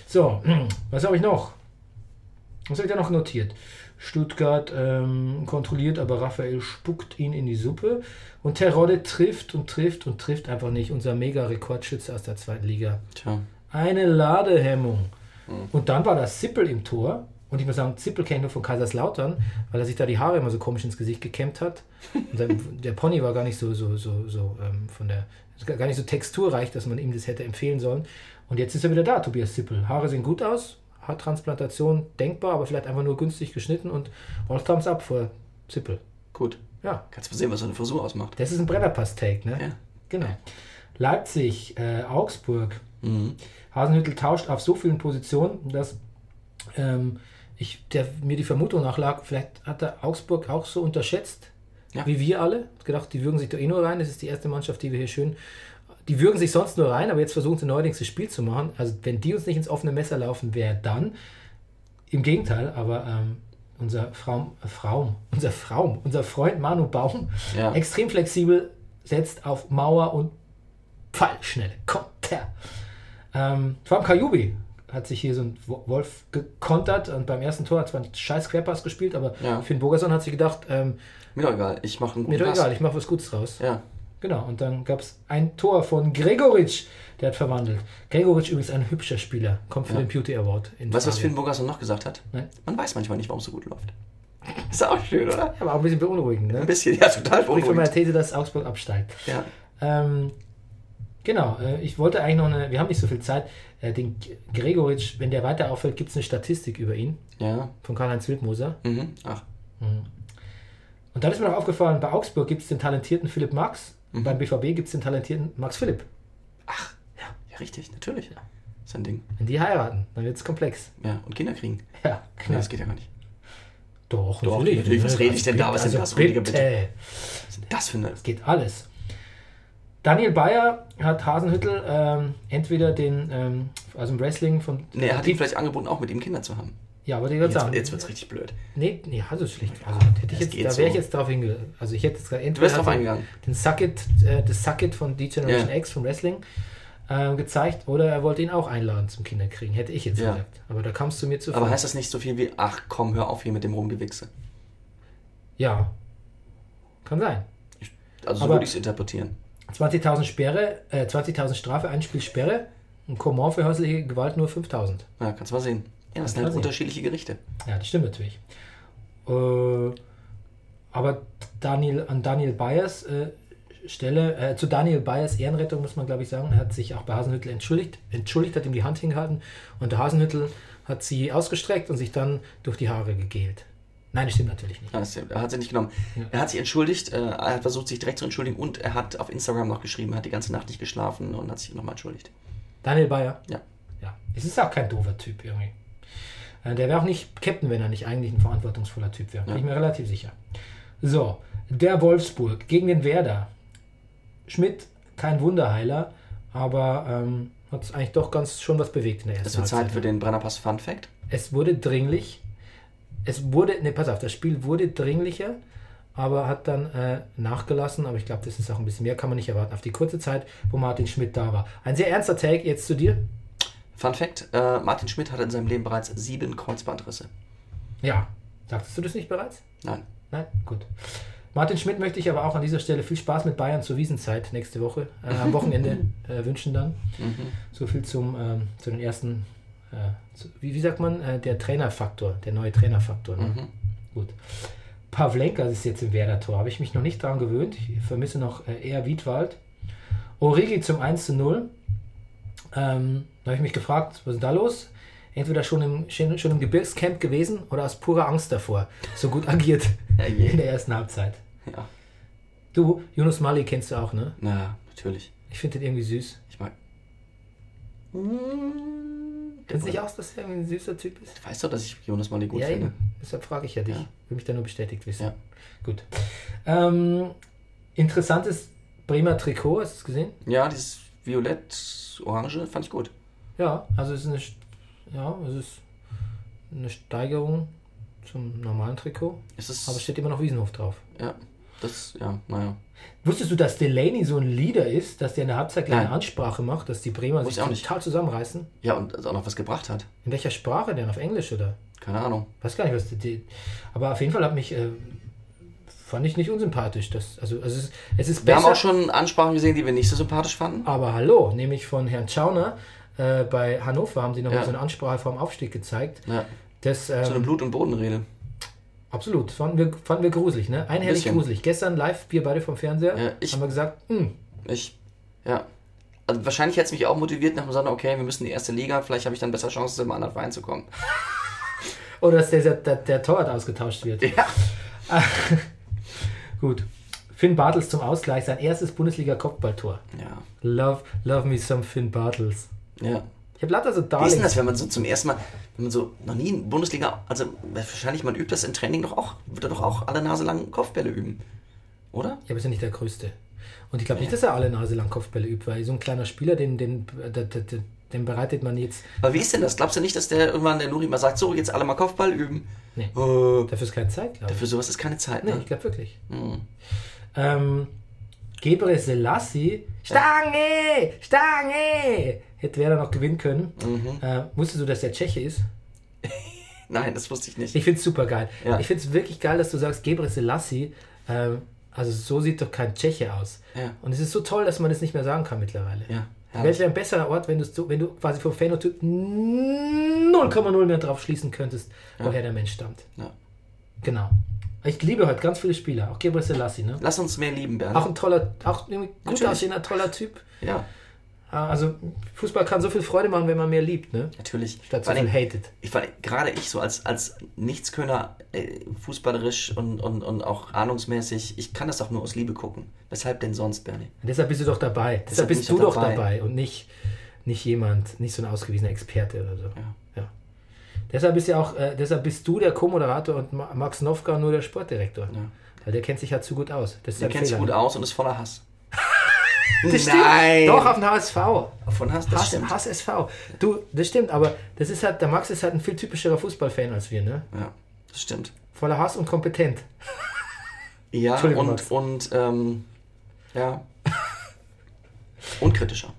So, was habe ich noch? Was habe ich da noch notiert? Stuttgart ähm, kontrolliert, aber Raphael spuckt ihn in die Suppe. Und Terodde trifft und trifft und trifft einfach nicht. Unser Mega-Rekordschütze aus der zweiten Liga.
Tja.
Eine Ladehemmung. Und dann war da Sippel im Tor. Und ich muss sagen, Zippel kenne ich nur von Kaiserslautern, weil er sich da die Haare immer so komisch ins Gesicht gekämmt hat. Und sein, der Pony war gar nicht so, so, so, so ähm, von der, gar nicht so texturreich, dass man ihm das hätte empfehlen sollen. Und jetzt ist er wieder da, Tobias Zippel. Haare sehen gut aus, Haartransplantation denkbar, aber vielleicht einfach nur günstig geschnitten und all thumbs up vor Zippel.
Gut.
Ja,
Kannst mal sehen, was so eine Frisur ausmacht.
das ist ein Brennerpass-Take, ne?
Ja.
Genau. Leipzig, äh, Augsburg.
Mhm.
Hasenhüttel tauscht auf so vielen Positionen, dass ähm, ich, der, mir die Vermutung nachlag, vielleicht hat er Augsburg auch so unterschätzt,
Ja.
wie wir alle. Hat gedacht, die würgen sich doch eh nur rein. Das ist die erste Mannschaft, die wir hier schön. Die würgen sich sonst nur rein, aber jetzt versuchen sie neuerdings das Spiel zu machen. Also, wenn die uns nicht ins offene Messer laufen, wäre dann. Im Gegenteil, aber ähm, unser Fraum, äh, Fraum, unser Fraum, unser Freund Manu Baum,
Ja.
extrem flexibel, setzt auf Mauer und Pfeilschnelle. Kommt her. Ähm, vor allem Kajubi hat sich hier so ein Wo- Wolf gekontert und beim ersten Tor hat zwar einen scheiß Querpass gespielt, aber
Ja.
Finn Bogerson hat sich gedacht, ähm,
Mir doch egal. Ich mache einen guten
mir doch
Pass.
egal, ich mache was Gutes draus.
Ja.
Genau, und dann gab es ein Tor von Gregoritsch, der hat verwandelt. Gregoritsch übrigens ein hübscher Spieler, kommt für den Beauty Award. In
Weißt du, was
Frage.
Finn Bogerson noch gesagt hat?
Nein.
Man weiß manchmal nicht, warum es so gut läuft. Ist auch schön, oder?
Ja, war auch ein bisschen beunruhigend, ne?
Ein bisschen, ja, total
Sprich von meiner
beruhigend.
These, dass Augsburg absteigt.
Ja.
Ähm, genau, äh, ich wollte eigentlich noch eine, wir haben nicht so viel Zeit, äh, den G- Gregoritsch, wenn der weiter auffällt, gibt es eine Statistik über ihn
Ja.
von Karl-Heinz Wildmoser.
Mhm. Ach.
Und dann ist mir noch aufgefallen, bei Augsburg gibt es den talentierten Philipp Max,
Mhm.
beim BVB gibt es den talentierten Max Philipp.
Ja, richtig, natürlich. Ist ein Ding.
Wenn die heiraten, dann wird es komplex.
Ja. Und Kinder kriegen.
Ja,
Ja,
klar.
das geht ja gar nicht.
Doch, also
natürlich. Was rede ich denn da? Was ist denn das für eine Liga, bitte?
bitte.
Was ist denn das für eine.
geht alles. Daniel Bayer hat Hasenhüttel ähm, entweder den, ähm, also im Wrestling von.
Nee, er hat ihm vielleicht angeboten, auch mit ihm Kinder zu haben.
Ja, aber die wird
Jetzt,
sagen.
jetzt wird's richtig blöd.
Nee, nee, also schlecht. Also, hätte ich
das
jetzt,
geht
da wäre ich
so.
jetzt drauf hingegangen. Also ich hätte jetzt gerade entweder
Du wärst drauf
hat er
eingegangen.
den Sucket, äh, das Sucket von D-Generation
Ja.
X vom Wrestling ähm, gezeigt oder er wollte ihn auch einladen zum Kinderkriegen, hätte ich jetzt
Ja.
gesagt. Aber da kamst du mir zu
Aber
früh.
heißt das nicht so viel wie, ach komm, hör auf hier mit dem Rumgewichse?
Ja, kann sein.
Also so
Aber-
würde ich es interpretieren.
20.000 Sperre, äh, 20.000 Strafe, ein Spiel Sperre und Command für häusliche Gewalt nur 5.000.
Ja, kannst mal sehen. Ja, das
Kannst
sind
mal
halt
sehen.
unterschiedliche Gerichte.
Ja, das stimmt natürlich. Äh, aber Daniel, an Daniel Bayers äh, Stelle, äh, zu Daniel Bayers Ehrenrettung muss man glaube ich sagen, er hat sich auch bei Hasenhüttel entschuldigt, entschuldigt, hat ihm die Hand hingehalten und der Hasenhüttel hat sie ausgestreckt und sich dann durch die Haare gegelt. Nein, das stimmt natürlich nicht.
Ja, das, er hat sie nicht genommen. Er hat sich entschuldigt, äh, er hat versucht, sich direkt zu entschuldigen und er hat auf Instagram noch geschrieben, er hat die ganze Nacht nicht geschlafen und hat sich nochmal entschuldigt.
Daniel Bayer?
Ja.
Ja. Es ist auch kein doofer Typ irgendwie. Äh, Der wäre auch nicht Captain, wenn er nicht eigentlich ein verantwortungsvoller Typ wäre. Bin ich mir relativ sicher. So, der Wolfsburg gegen den Werder. Schmidt, kein Wunderheiler, aber ähm, hat es eigentlich doch ganz schon was bewegt in der ersten
Es wird Zeit für den Brennerpass Fun Fact.
es wurde dringlich. Es wurde, ne, pass auf, das Spiel wurde dringlicher, aber hat dann äh, nachgelassen. Aber ich glaube, das ist auch ein bisschen mehr, kann man nicht erwarten. Auf die kurze Zeit, wo Martin Schmidt da war. Ein sehr ernster Take jetzt zu dir.
Fun Fact, äh, Martin Schmidt hatte in seinem Leben bereits sieben Kreuzbandrisse.
Ja. Sagtest du das nicht bereits?
Nein.
Nein? Gut. Martin Schmidt möchte ich aber auch an dieser Stelle viel Spaß mit Bayern zur Wiesenzeit nächste Woche, äh, am Wochenende äh, wünschen dann. So viel zum, ähm, zu den ersten, äh, zu, wie, wie sagt man, äh, der Trainerfaktor, der neue Trainerfaktor. Ne? Gut. Pavlenka ist jetzt im Werder-Tor, habe ich mich noch nicht daran gewöhnt. Ich vermisse noch äh, eher Wiedwald. Origi zum 1 zu 0. Ähm, da habe ich mich gefragt, was ist da los? Entweder schon im, schon schon im Gebirgscamp gewesen oder aus purer Angst davor. So gut agiert
Herrje.
in der ersten Halbzeit.
Ja.
Du, Yunus Mali kennst du auch, ne?
Na, natürlich.
Ich finde den irgendwie süß.
Ich mag.
Kennst du nicht aus, dass er irgendwie ein süßer Typ ist?
Weißt du, dass ich Jonas Mann gut
ja,
finde?
eben. Deshalb frage ich ja dich.
Ja.
Will mich da nur bestätigt wissen.
Ja.
Gut. Ähm, interessantes Bremer Trikot, hast du es gesehen?
Ja, dieses Violett-Orange fand ich gut.
Ja, also es ist eine, St- ja, es ist eine Steigerung zum normalen Trikot,
Es ist,
aber es steht immer noch Wiesenhof drauf.
ja, das, ja, naja.
Wusstest du, dass Delaney so ein Leader ist, dass der in der Halbzeit kleine
Nein.
Ansprache macht, dass die Bremer
Wusste
sich
ich auch nicht.
total zusammenreißen?
Ja, und es auch noch was gebracht hat.
In welcher Sprache denn? Auf Englisch oder?
Keine Ahnung.
Weiß gar nicht, was die- die. Aber auf jeden Fall hat mich. Äh, fand ich nicht unsympathisch. Das, also, es ist, es ist
Wir
besser.
haben auch schon Ansprachen gesehen, die wir nicht so sympathisch fanden.
Aber hallo, nämlich von Herrn Schauner. Äh, bei Hannover haben sie nochmal
Ja.
so eine Ansprache vorm Aufstieg gezeigt.
Ja,
Das,
so eine
ähm,
Blut- und Bodenrede.
absolut, fanden wir, fanden wir gruselig, ne? Einhellig
Bisschen.
gruselig. Gestern live, wir beide vom Fernseher,
Ja, ich-
haben wir gesagt, hm,
Ich, ja. Also wahrscheinlich hätte es mich auch motiviert, nach dem Sonntag, okay, wir müssen in die erste Liga, vielleicht habe ich dann bessere Chancen, im anderen Verein zu kommen.
oder oh, dass der, der, der Torwart ausgetauscht wird.
Ja.
Gut. Finn Bartels zum Ausgleich, sein erstes Bundesliga-Kopfballtor.
Ja.
Love, love me some Finn Bartels.
Ja.
Ich habe lauter so
Wie ist
Darlings.
denn das, wenn man so zum ersten Mal, wenn man so noch nie in Bundesliga, also wahrscheinlich man übt das im Training doch auch, wird er doch auch alle Nase lang Kopfbälle üben. Oder?
Ja, aber ist ja nicht der Größte. Und ich glaube nicht, dass er alle Nase lang Kopfbälle übt, weil so ein kleiner Spieler, den, den, äh, den, den, den bereitet man jetzt.
Aber wie ist denn das? Glaubst du nicht, dass der irgendwann der Nuri mal sagt, so, jetzt alle mal Kopfball üben?
Nee.
Äh,
Dafür ist keine Zeit, glaube ich.
für sowas ist keine Zeit,
Nee,
ne?
ich glaube wirklich. Ähm, Gebre Selassie, Stange! Stange! Hätte Werder noch gewinnen können.
Mhm.
Äh, wusstest du, dass der Tscheche ist?
Nein, das wusste ich nicht.
Ich finde es super geil.
Ja.
Ich finde es wirklich geil, dass du sagst, Gebre Selassie, ähm, also so sieht doch kein Tscheche aus.
Ja.
Und es ist so toll, dass man das nicht mehr sagen kann mittlerweile.
Ja,
Die
herrlich.
Welt wäre ein besserer Ort, wenn, du's so- wenn du quasi vom Phänotyp 0,0 mehr drauf schließen könntest, woher der Mensch stammt.
Ja.
Genau. Ich liebe heute ganz viele Spieler, auch Gebre Selassie, ne?
Lass uns mehr lieben, Bernd.
Auch ein toller, auch ein gut
Natürlich.
aussehender, toller Typ.
Ja,
Ah, Also Fußball kann so viel Freude machen, wenn man mehr liebt, ne?
natürlich.
Statt so
Vor allem-
viel hatet.
ich war gerade ich so als, als Nichtskönner, äh, fußballerisch und, und, und auch ahnungsmäßig, ich kann das doch nur aus Liebe gucken. Weshalb denn sonst, Bernie?
Und deshalb bist du doch dabei. Deshalb
Deshalb bin
bist
ich
du
doch
doch dabei,
dabei.
und nicht, nicht jemand, nicht so ein ausgewiesener Experte oder so.
Ja.
Ja. Deshalb ist ja auch, äh, deshalb bist du der Co-Moderator und Ma- Max Nowka nur der Sportdirektor.
Ja.
Weil der kennt sich ja zu gut aus. Das ist
Der
ein
kennt sich
Fehler. ne?
gut aus und ist voller Hass.
Das stimmt. Doch, auf den HSV.
Von Hass, das
Hass,
stimmt.
Hass SV. Du, das stimmt, aber das ist halt, der Max ist halt ein viel typischerer Fußballfan als wir, ne?
Ja, das stimmt.
Voller Hass und kompetent.
Ja,
Entschuldigung, Max.
und, und ähm, ja. Unkritischer,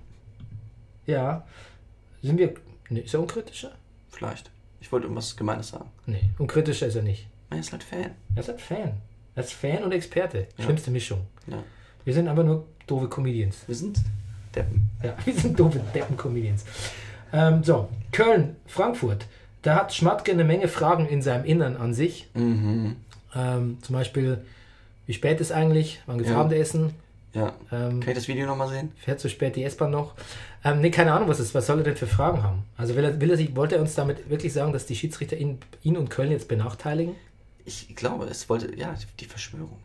Ja. Sind wir. Ne, ist er unkritischer?
vielleicht. Ich wollte irgendwas Gemeines sagen.
Nee, unkritischer ist er nicht.
Er ist halt Fan.
Er ist halt Fan. Er ist Fan und Experte. Schlimmste Mischung.
Ja.
Wir sind einfach nur doofe Comedians.
Wir sind Deppen.
Ja, wir sind doofe Deppen-Comedians. Ähm, so, Köln, Frankfurt. Da hat Schmatke eine Menge Fragen in seinem Innern an sich. Ähm, zum Beispiel, wie spät ist eigentlich? Wann gibt's
Ja.
Abendessen?
Ja.
Ähm,
Kann ich das Video nochmal sehen?
Fährt zu spät die S-Bahn noch? Ähm, nee, keine Ahnung, was ist. Was soll er denn für Fragen haben? Also will er, will er sich, wollte er uns damit wirklich sagen, dass die Schiedsrichter ihn, ihn und Köln jetzt benachteiligen?
Ich glaube, es wollte, ja, die Verschwörung.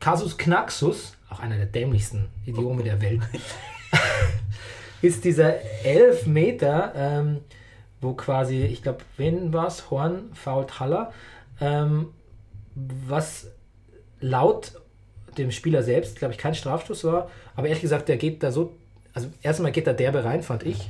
Casus Knaxus, auch einer der dämlichsten Idiome der Welt, ist dieser Elfmeter, ähm, wo quasi, ich glaube, wen war es? Horn fault Haller, ähm, was laut dem Spieler selbst, glaube ich, kein Strafstoß war. Aber ehrlich gesagt, der geht da so, also erstmal geht da derbe rein, fand ich.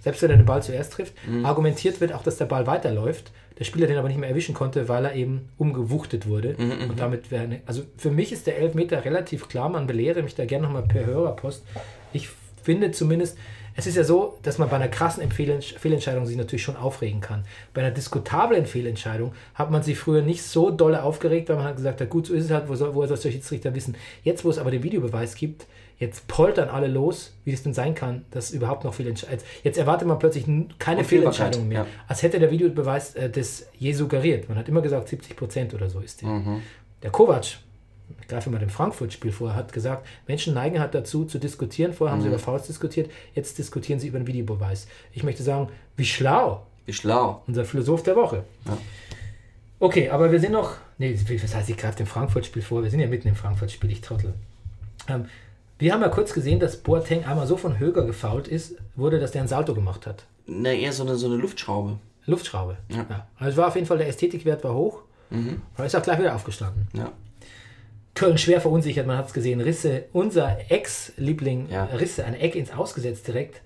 Selbst wenn er den Ball zuerst trifft. Argumentiert wird auch, dass der Ball weiterläuft. Der Spieler den aber nicht mehr erwischen konnte, weil er eben umgewuchtet wurde. Und damit wäre eine, also für mich ist der Elfmeter relativ klar. Man belehre mich da gerne nochmal per Hörerpost. Ich finde zumindest, es ist ja so, dass man bei einer krassen Empfehlen- Fehlentscheidung sich natürlich schon aufregen kann. Bei einer diskutablen Fehlentscheidung hat man sich früher nicht so dolle aufgeregt, weil man hat gesagt, hat, gut, so ist es halt, wo soll, woher soll es der Schiedsrichter wissen? Jetzt, wo es aber den Videobeweis gibt, jetzt poltern alle los, wie es denn sein kann, dass überhaupt noch Fehlentscheidungen... Jetzt erwartet man plötzlich n- keine
Unfehlbarkeit,
Fehlentscheidung mehr.
ja.
Als hätte der Videobeweis äh, das je suggeriert. Man hat immer gesagt, 70 Prozent oder so ist der. Der Kovac ich greife mal dem Frankfurt-Spiel vor, hat gesagt, Menschen neigen halt dazu, zu diskutieren. Vorher haben sie über Fouls diskutiert, jetzt diskutieren sie über den Videobeweis. Ich möchte sagen, wie schlau,
Wie schlau.
unser Philosoph der Woche.
Ja.
Okay, aber wir sind noch, nee, was heißt, ich greife dem Frankfurt-Spiel vor, wir sind ja mitten im Frankfurt-Spiel, ich trottel. Ähm, wir haben ja kurz gesehen, dass Boateng einmal so von Höger gefault ist, wurde, dass der ein Salto gemacht hat.
Ne, eher so eine, so eine Luftschraube.
Luftschraube.
Ja. Mhm.
Ja. Also es war auf jeden Fall, der Ästhetikwert war hoch. Aber ist auch gleich wieder aufgestanden.
Ja.
Köln schwer verunsichert, man hat es gesehen. Risse, unser Ex-Liebling äh,
Ja.
Risse, ein Eck ins Ausgesetz direkt.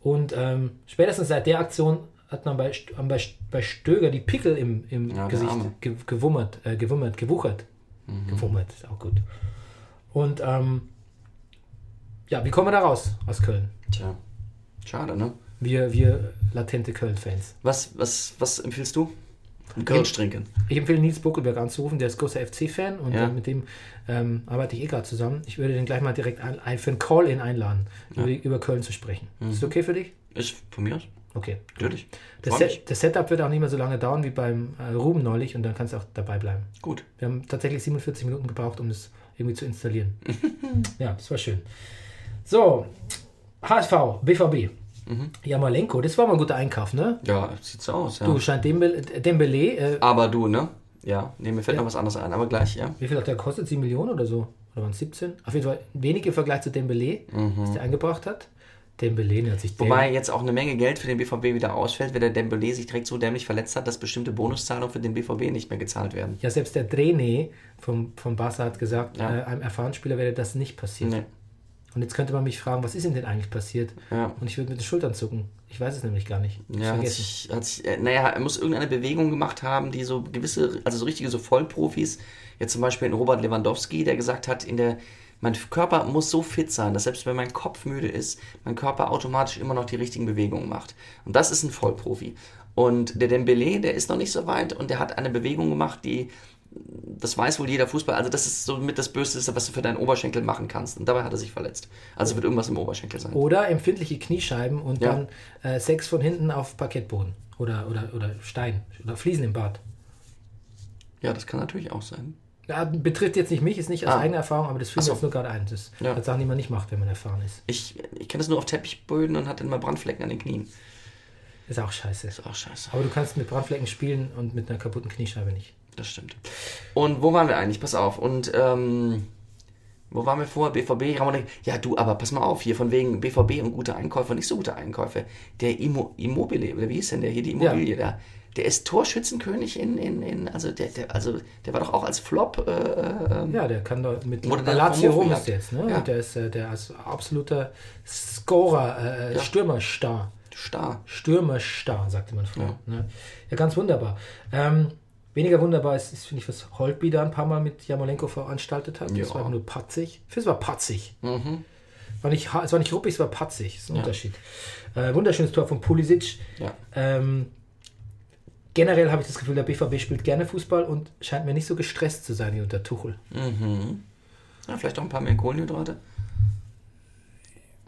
Und ähm, spätestens seit der Aktion hat man bei, St- haben bei, St- bei Stöger die Pickel im, im
Ja, der
Gesicht
Arme. Mhm.
ge, gewummert, äh, gewummert, gewuchert. Gewummert, ist auch gut. Und ähm, ja, wie kommen wir da raus aus Köln?
Tja. Schade, ne?
Wir, wir latente Köln-Fans.
Was, was, was empfiehlst du? Ein Kölsch trinken.
Ich empfehle Nils Buckelberg anzurufen, der ist großer FC-Fan und
Ja.
äh, mit dem ähm, arbeite ich eh gerade zusammen. Ich würde den gleich mal direkt ein, ein, für einen Call-In einladen, über, die- über Köln zu sprechen. Ist das okay für dich?
Ist von mir aus?
Okay.
Mhm. Natürlich.
Das,
Freu
Set-
mich.
das Setup wird auch nicht mehr so lange dauern wie beim äh, Ruben neulich und dann kannst du auch dabei bleiben.
Gut.
Wir haben tatsächlich 47 Minuten gebraucht, um das irgendwie zu installieren. ja, das war schön. So, HSV, BVB.
Mhm.
Jamalenko, das war mal ein guter Einkauf, ne?
Ja, sieht so aus, ja.
Du, scheint Dembele, Dembele äh,
aber du, ne? Ja, nee, mir fällt noch was anderes ein, aber gleich, ja.
Wie viel hat der gekostet? 7 Millionen oder so? Oder waren es 17? Auf jeden Fall wenig im Vergleich zu Dembele, was der eingebracht hat. Dembele nennt sich
Mhm. Wobei
Dem-
jetzt auch eine Menge Geld für den BVB wieder ausfällt, weil der Dembélé sich direkt so dämlich verletzt hat, dass bestimmte Bonuszahlungen für den BVB nicht mehr gezahlt werden.
Ja, selbst der Drene vom, vom Barca hat gesagt,
Ja.
äh, einem erfahrenen Spieler wäre das nicht passiert.
Nee.
Und jetzt könnte man mich fragen, was ist ihm denn eigentlich passiert?
Ja.
Und ich würde mit den Schultern zucken. Ich weiß es nämlich gar nicht. Ich hab's
Ja, hat
vergessen.
sich, hat sich, äh, naja, er muss irgendeine Bewegung gemacht haben, die so gewisse, also so richtige so Vollprofis, jetzt zum Beispiel in Robert Lewandowski, der gesagt hat, in der, mein Körper muss so fit sein, dass selbst wenn mein Kopf müde ist, mein Körper automatisch immer noch die richtigen Bewegungen macht. Und das ist ein Vollprofi. Und der Dembele, der ist noch nicht so weit und der hat eine Bewegung gemacht, die, das weiß wohl jeder Fußball, also das ist so mit das Böseste, was du für deinen Oberschenkel machen kannst. Und dabei hat er sich verletzt. Also wird irgendwas im Oberschenkel sein.
Oder empfindliche Kniescheiben und
Ja.
dann äh, Sex von hinten auf Parkettboden. Oder, oder, oder Stein. Oder Fliesen im Bad.
Ja, das kann natürlich auch sein.
Ja, betrifft jetzt nicht mich, ist nicht aus
Ah.
eigener Erfahrung, aber das fiel mir
so.
jetzt nur gerade ein. Das
Ja.
sind Sachen, die man nicht macht, wenn man erfahren ist.
Ich, ich kenne das nur auf Teppichböden und hatte immer Brandflecken an den Knien.
Ist auch scheiße.
Ist auch scheiße.
Aber du kannst mit Brandflecken spielen und mit einer kaputten Kniescheibe nicht.
Das stimmt. Und wo waren wir eigentlich? Pass auf. Und ähm, wo waren wir vorher? BVB. Ramon, denkt, ja, du, aber pass mal auf hier, von wegen BVB und gute Einkäufe und nicht so gute Einkäufe. Der Immo Immobile, oder wie hieß denn der hier, die Immobilie da? Der ist Torschützenkönig in, in, in also, der, der, also der war doch auch als Flop. Äh, ähm,
Ja, der kann da mit
Wurde
Wurde
der
Lazio
vom Hof
rum ist der
gejagt?
jetzt, ne?
Ja.
Und Der ist äh, der ist absoluter Scorer, äh, Stürmerstar.
Star.
Stürmerstar, sagte man früher. Ja, ne? ja ganz wunderbar. Ähm, weniger wunderbar ist, ist finde ich, was Holtby da ein paar Mal mit Jamolenko veranstaltet hat.
Ja. Mhm.
Das war einfach nur patzig. Ich finde, es war patzig. War nicht, ha- es war nicht ruppig, es war patzig. Das ist ein Unterschied. Äh, wunderschönes Tor von Pulisic.
Ja.
Ähm, generell habe ich das Gefühl, der BVB spielt gerne Fußball und scheint mir nicht so gestresst zu sein wie unter Tuchel.
ja. Vielleicht auch ein paar mehr Kohlenhydrate.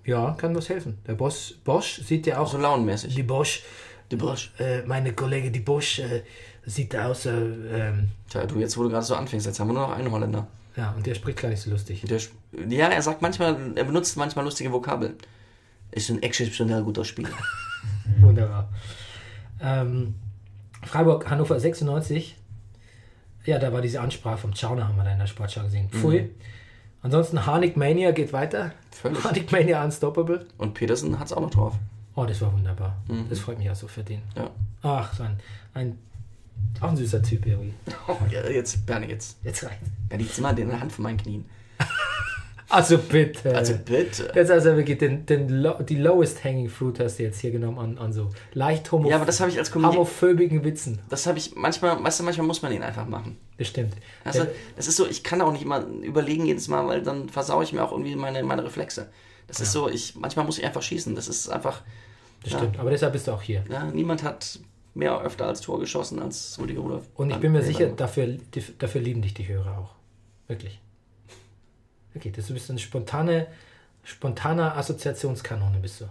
Ja, kann was helfen. Der Boss, Bosch sieht ja auch.
So launenmäßig.
Die Bosch,
Die Bosch.
äh, meine Kollege, die Bosch äh, sieht da aus. Äh, ähm,
Tja, du, jetzt wo du gerade so anfängst, jetzt haben wir nur noch einen Holländer.
ja, und der spricht gar nicht so lustig.
Der, Sp- ja, er sagt manchmal, er benutzt manchmal lustige Vokabeln. Ist ein exzeptionell guter Spieler.
Wunderbar. Ähm, Freiburg, Hannover 96. Ja, da war diese Ansprache vom Czauner, haben wir da in der Sportschau gesehen. Pfui. Ansonsten Harnik Mania geht weiter.
Völlig.
Harnik Mania unstoppable.
Und Petersen hat's auch noch drauf.
Oh, das war wunderbar.
Mhm.
Das freut mich auch so für den.
Ja.
Ach, so ein, ein, auch ein süßer Typ irgendwie.
Oh, ja, jetzt, Bernie, jetzt.
Jetzt reicht.
Bernie, jetzt mal den Hand von meinen Knien.
Also bitte.
Also bitte.
jetzt also wirklich den, den lo die lowest hanging fruit hast du jetzt hier genommen an, an so leicht homo
Ja, aber das habe ich als Comedian.
homophobigen Witzen.
Das habe ich manchmal, weißt du, manchmal muss man ihn einfach machen.
Bestimmt.
Also, das ist so, ich kann auch nicht immer überlegen jedes Mal, weil dann versaue ich mir auch irgendwie meine, meine Reflexe. Das ist so, ich, manchmal muss ich einfach schießen. Das ist einfach,
das stimmt. Aber deshalb bist du auch hier.
ja, niemand hat mehr öfter als Tor geschossen als Rudi Rudolf.
Und ich bin mir sicher, dafür, dif- dafür lieben dich die Hörer auch. Wirklich. Okay, das bist eine spontane, spontaner Assoziationskanone bist du.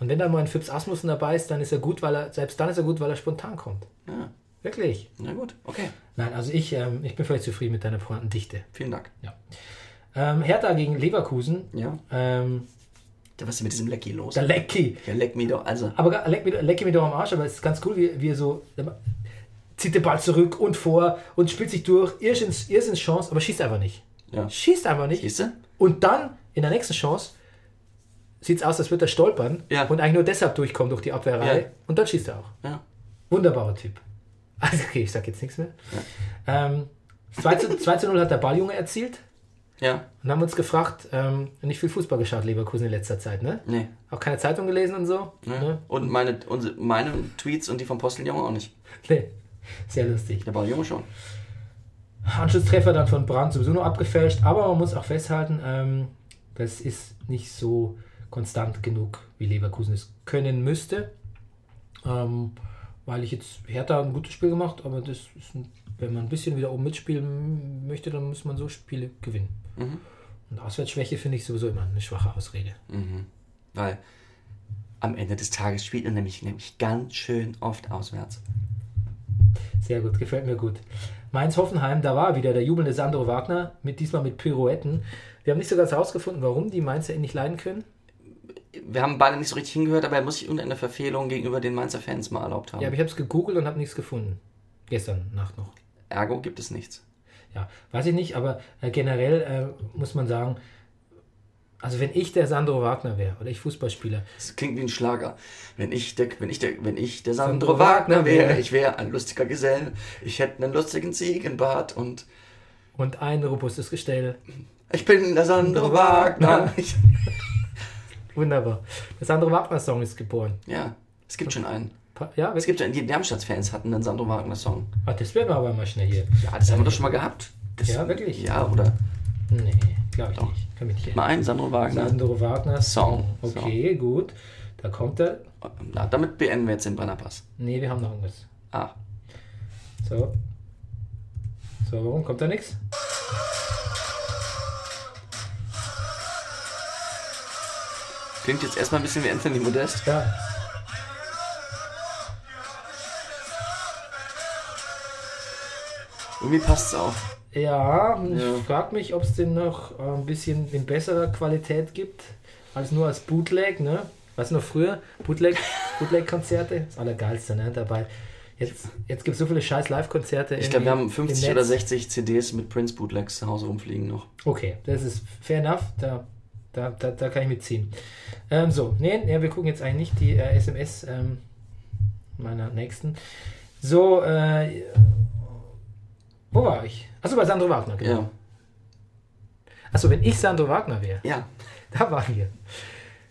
Und wenn da mal ein Fips Asmussen dabei ist, dann ist er gut, weil er, selbst dann ist er gut, weil er spontan kommt.
Ja,
Wirklich.
na gut, okay.
Nein, also ich, ähm, ich bin völlig zufrieden mit deiner Pointendichte.
Vielen Dank.
Ähm, Hertha gegen Leverkusen.
Ja.
Ähm,
Da was ist mit diesem Lecky los?
der Lecki.
Ja, leck mich doch. Also,
Aber ga- leck, mir- leck mir doch am Arsch, aber es ist ganz cool, wie, wie er so zieht den Ball zurück und vor und spielt sich durch. Irrsinns, Irrsinns Chance, aber schießt einfach nicht.
ja.
Schießt einfach nicht.
Siehst du?
Und dann in der nächsten Chance sieht es aus, als würde er stolpern
Ja.
und eigentlich nur deshalb durchkommen durch die Abwehrreihe.
Ja.
Und dann schießt er auch.
Ja.
Wunderbarer Typ. Also, okay, ich sag jetzt nichts mehr. Ähm, 2, zu, 2 zu 0 hat der Balljunge erzielt
Ja.
und haben uns gefragt, ähm, nicht viel Fußball geschaut, Leverkusen in letzter Zeit, ne?
Nee.
Auch keine Zeitung gelesen und so?
Ne?
Ne?
Und meine, unsere, meine Tweets und die vom Posteljunge auch nicht.
Nee. Sehr lustig.
Der Balljunge schon.
Anschlusstreffer dann von Brand sowieso nur abgefälscht, aber man muss auch festhalten, ähm, das ist nicht so konstant genug, wie Leverkusen es können müsste. Ähm, weil ich jetzt Hertha ein gutes Spiel gemacht, aber das ist ein, wenn man ein bisschen wieder oben mitspielen möchte, dann muss man so Spiele gewinnen. Und Auswärtsschwäche finde ich sowieso immer eine schwache Ausrede.
Weil am Ende des Tages spielt er nämlich, nämlich ganz schön oft auswärts.
Sehr gut, gefällt mir gut. Mainz-Hoffenheim, da war wieder der jubelnde Sandro Wagner, mit, diesmal mit Pirouetten. Wir haben nicht so ganz herausgefunden, warum die Mainzer ihn nicht leiden können.
Wir haben beide nicht so richtig hingehört, aber er muss sich irgendeine Verfehlung gegenüber den Mainzer Fans mal erlaubt haben.
Ja, aber ich habe es gegoogelt und habe nichts gefunden. Gestern Nacht noch.
Ergo gibt es nichts.
Ja, weiß ich nicht, aber äh, generell äh, muss man sagen, also wenn ich der Sandro Wagner wäre oder ich Fußballspieler,
Das klingt wie ein Schlager. Wenn ich der, wenn ich der, wenn ich der Sandro,
Sandro
Wagner
Wagner
wäre,
wäre.
ich wäre ein lustiger Gesell. Ich hätte einen lustigen Ziegenbart und
und ein robustes Gestell,
ich bin der Sandro
Sandro
Wagner.
Wagner.
Ich,
wunderbar. Der Sandro Wagner-Song ist geboren.
ja, es gibt schon einen.
Pa- Ja,
Es
wirklich?
gibt schon einen. Die Darmstadt-Fans hatten einen Sandro Wagner-Song.
Ah, das werden wir aber mal schnell hier.
Ja, das haben wir doch schon mal gehabt. Das,
Ja, wirklich?
Ja, oder?
Nee, glaube ich nicht. Kann mich nicht
Mal
erinnern.
einen Sandro Wagner.
Sandro Wagner-Song.
Song.
Okay, gut. Da kommt er.
Na, damit beenden wir jetzt den Brennerpass.
Nee, wir haben noch irgendwas.
Ah,
So. So, warum kommt da nichts?
klingt jetzt erstmal ein bisschen wie Anthony Modest.
Ja.
Irgendwie passt's auch.
Ja, ich
Ja.
frage mich, ob es den noch äh, ein bisschen in besserer Qualität gibt, als nur als Bootleg, ne? Weißt du noch früher? Bootleg, Bootleg-Konzerte, das Allergeilste, ne? Dabei. Jetzt, jetzt gibt es so viele scheiß Live-Konzerte.
Ich glaube, wir haben 50 oder 60 CDs mit Prince Bootlegs zu Hause rumfliegen noch.
Okay, das ist fair enough, da, da, da, da kann ich mitziehen. Ähm, so, nee, nee, wir gucken jetzt eigentlich nicht die äh, SMS ähm, meiner nächsten. So, äh, wo war ich? Achso, bei Sandro Wagner, genau.
Ja.
Achso, wenn ich Sandro Wagner wäre.
Ja.
Da waren wir.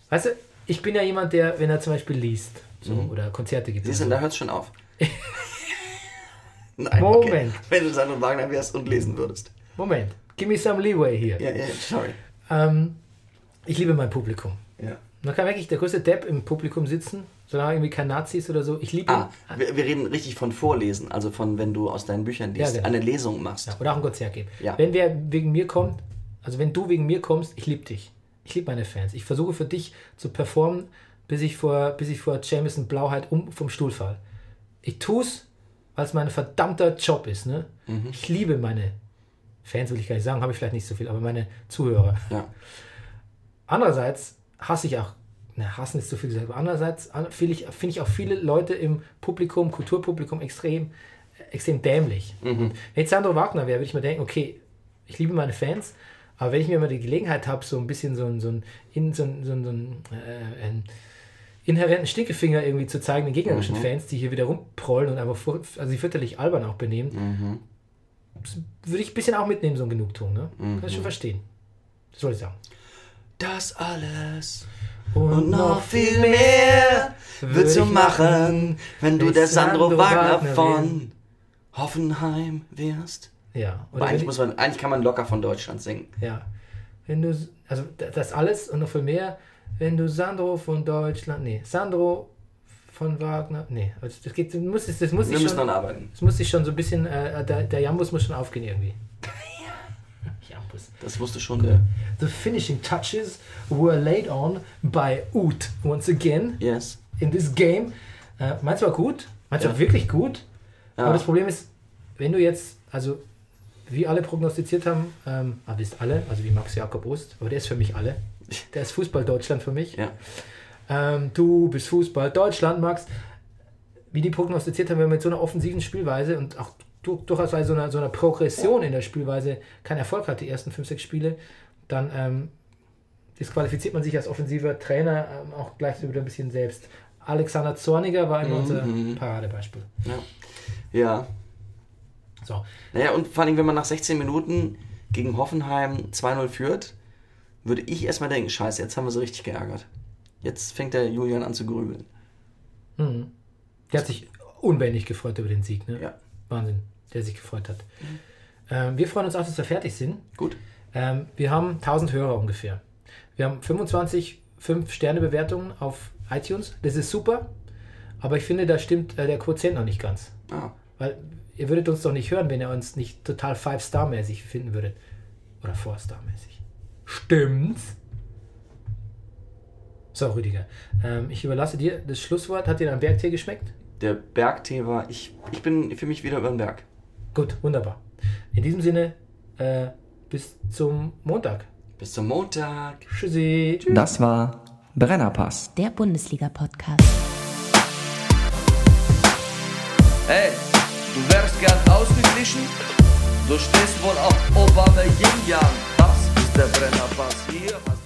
Weißt du, ich bin ja jemand, der, wenn er zum Beispiel liest so,
Mhm.
oder Konzerte gibt.
Siehst du, da hört's schon auf. Nein,
Moment.
Okay. Wenn du Sandro Wagner wärst und lesen würdest.
Moment, give me some leeway hier.
Ja, ja, sorry.
Ähm, ich liebe mein Publikum.
Ja.
Man kann wirklich der größte Depp im Publikum sitzen, solange irgendwie kein Nazi ist oder so. Ich liebe
Ah, wir, wir reden richtig von Vorlesen, also von, wenn du aus deinen Büchern liest,
Ja, genau.
eine Lesung machst.
oder auch ein Konzert geben.
Ja.
Wenn wer wegen mir kommt, also wenn du wegen mir kommst, ich liebe dich. Ich liebe meine Fans. Ich versuche für dich zu performen, bis ich vor, bis ich vor Jameson Blauheit um vom Stuhl fall. Ich tu's, weil es mein verdammter Job ist. Ne?
Mhm.
Ich liebe meine Fans, will ich gar nicht sagen, habe ich vielleicht nicht so viel, aber meine Zuhörer.
Ja.
Andererseits hasse ich auch, na, hassen ist zu viel gesagt, aber andererseits an- finde ich, finde ich auch viele Leute im Publikum, Kulturpublikum extrem, äh, extrem dämlich.
Mhm.
Und Wenn ich Sandro Wagner wäre, würde ich mir denken, okay, ich liebe meine Fans, aber wenn ich mir mal die Gelegenheit habe, so ein bisschen so ein, so ein, in, so ein, so ein, so ein, äh, ein inhärenten Stinkefinger irgendwie zu zeigen den
Mhm.
gegnerischen Fans, die hier wieder rumprollen und einfach vor, also sie fürchterlich albern auch benehmen, das
Mhm.
würde ich ein bisschen auch mitnehmen, so ein Genugtuung. Ne? Kann ich schon verstehen. Das wollte ich sagen.
Das alles
Und
und noch viel mehr willst du
würd ich
machen, wenn du
wenn
der
ich
Sandro
Sandro
Wagner
Wagner
von Hoffenheim wirst.
Ja, oder
Aber eigentlich,
wenn,
muss man, eigentlich kann man locker von Deutschland singen.
ja. Wenn du, also d- das alles und noch viel mehr, wenn du Sandro von Deutschland, nee, Sandro von Wagner, nee, also das geht, das muss, das muss
Wir
ich
müssen
schon,
daran arbeiten.
das muss ich schon so ein bisschen, äh, der, der Jambus muss schon aufgehen irgendwie. Jambus.
Das wusste schon der.
The finishing touches were laid on by Ut once again
Yes.
in this game. Äh, meins war gut, meins
Ja.
war wirklich gut.
Ja.
Aber das Problem ist, wenn du jetzt, also wie alle prognostiziert haben, ähm, aber ist alle, also wie Max Jakob Ost, aber der ist für mich alle. Der ist Fußball Deutschland für mich.
Ja.
Ähm, du bist Fußball Deutschland, Max. Wie die prognostiziert haben, wenn man mit so einer offensiven Spielweise und auch du- durchaus bei so einer, so einer Progression in der Spielweise keinen Erfolg hat, die ersten fünf, sechs Spiele, dann, ähm, disqualifiziert man sich als offensiver Trainer ähm, auch gleich so wieder ein bisschen selbst. Alexander Zorniger war
Mhm,
immer unser Paradebeispiel.
Ja. ja.
So,
Naja, und vor allem, wenn man nach 16 Minuten gegen Hoffenheim 2-0 führt, würde ich erstmal denken, scheiße, jetzt haben wir sie richtig geärgert. Jetzt fängt der Julian an zu grübeln.
der hat sich unbändig gefreut über den Sieg. Ne?
Ja.
Wahnsinn, der sich gefreut hat. Ähm, wir freuen uns auch, dass wir fertig sind.
Gut.
Ähm, wir haben 1000 Hörer ungefähr. Wir haben 25 5-Sterne-Bewertungen auf iTunes. Das ist super, aber ich finde, da stimmt äh, der Quotient noch nicht ganz.
Ah,
Weil ihr würdet uns doch nicht hören, wenn ihr uns nicht total 5-Star-mäßig finden würdet. Oder 4-Star-mäßig. Stimmt's? So, Rüdiger, ähm, ich überlasse dir das Schlusswort. Hat dir dein Bergtee geschmeckt?
der Bergtee war, ich, ich bin für mich wieder über den Berg.
Gut, wunderbar. In diesem Sinne, äh, bis zum Montag.
Bis zum Montag.
Tschüssi. Tschüss.
Das war Brennerpass.
Der Bundesliga-Podcast.
Ey, du wärst gern ausgeglichen? Du stehst wohl auf Obama Yin Yang. Das ist der Brennerpass. Hier hast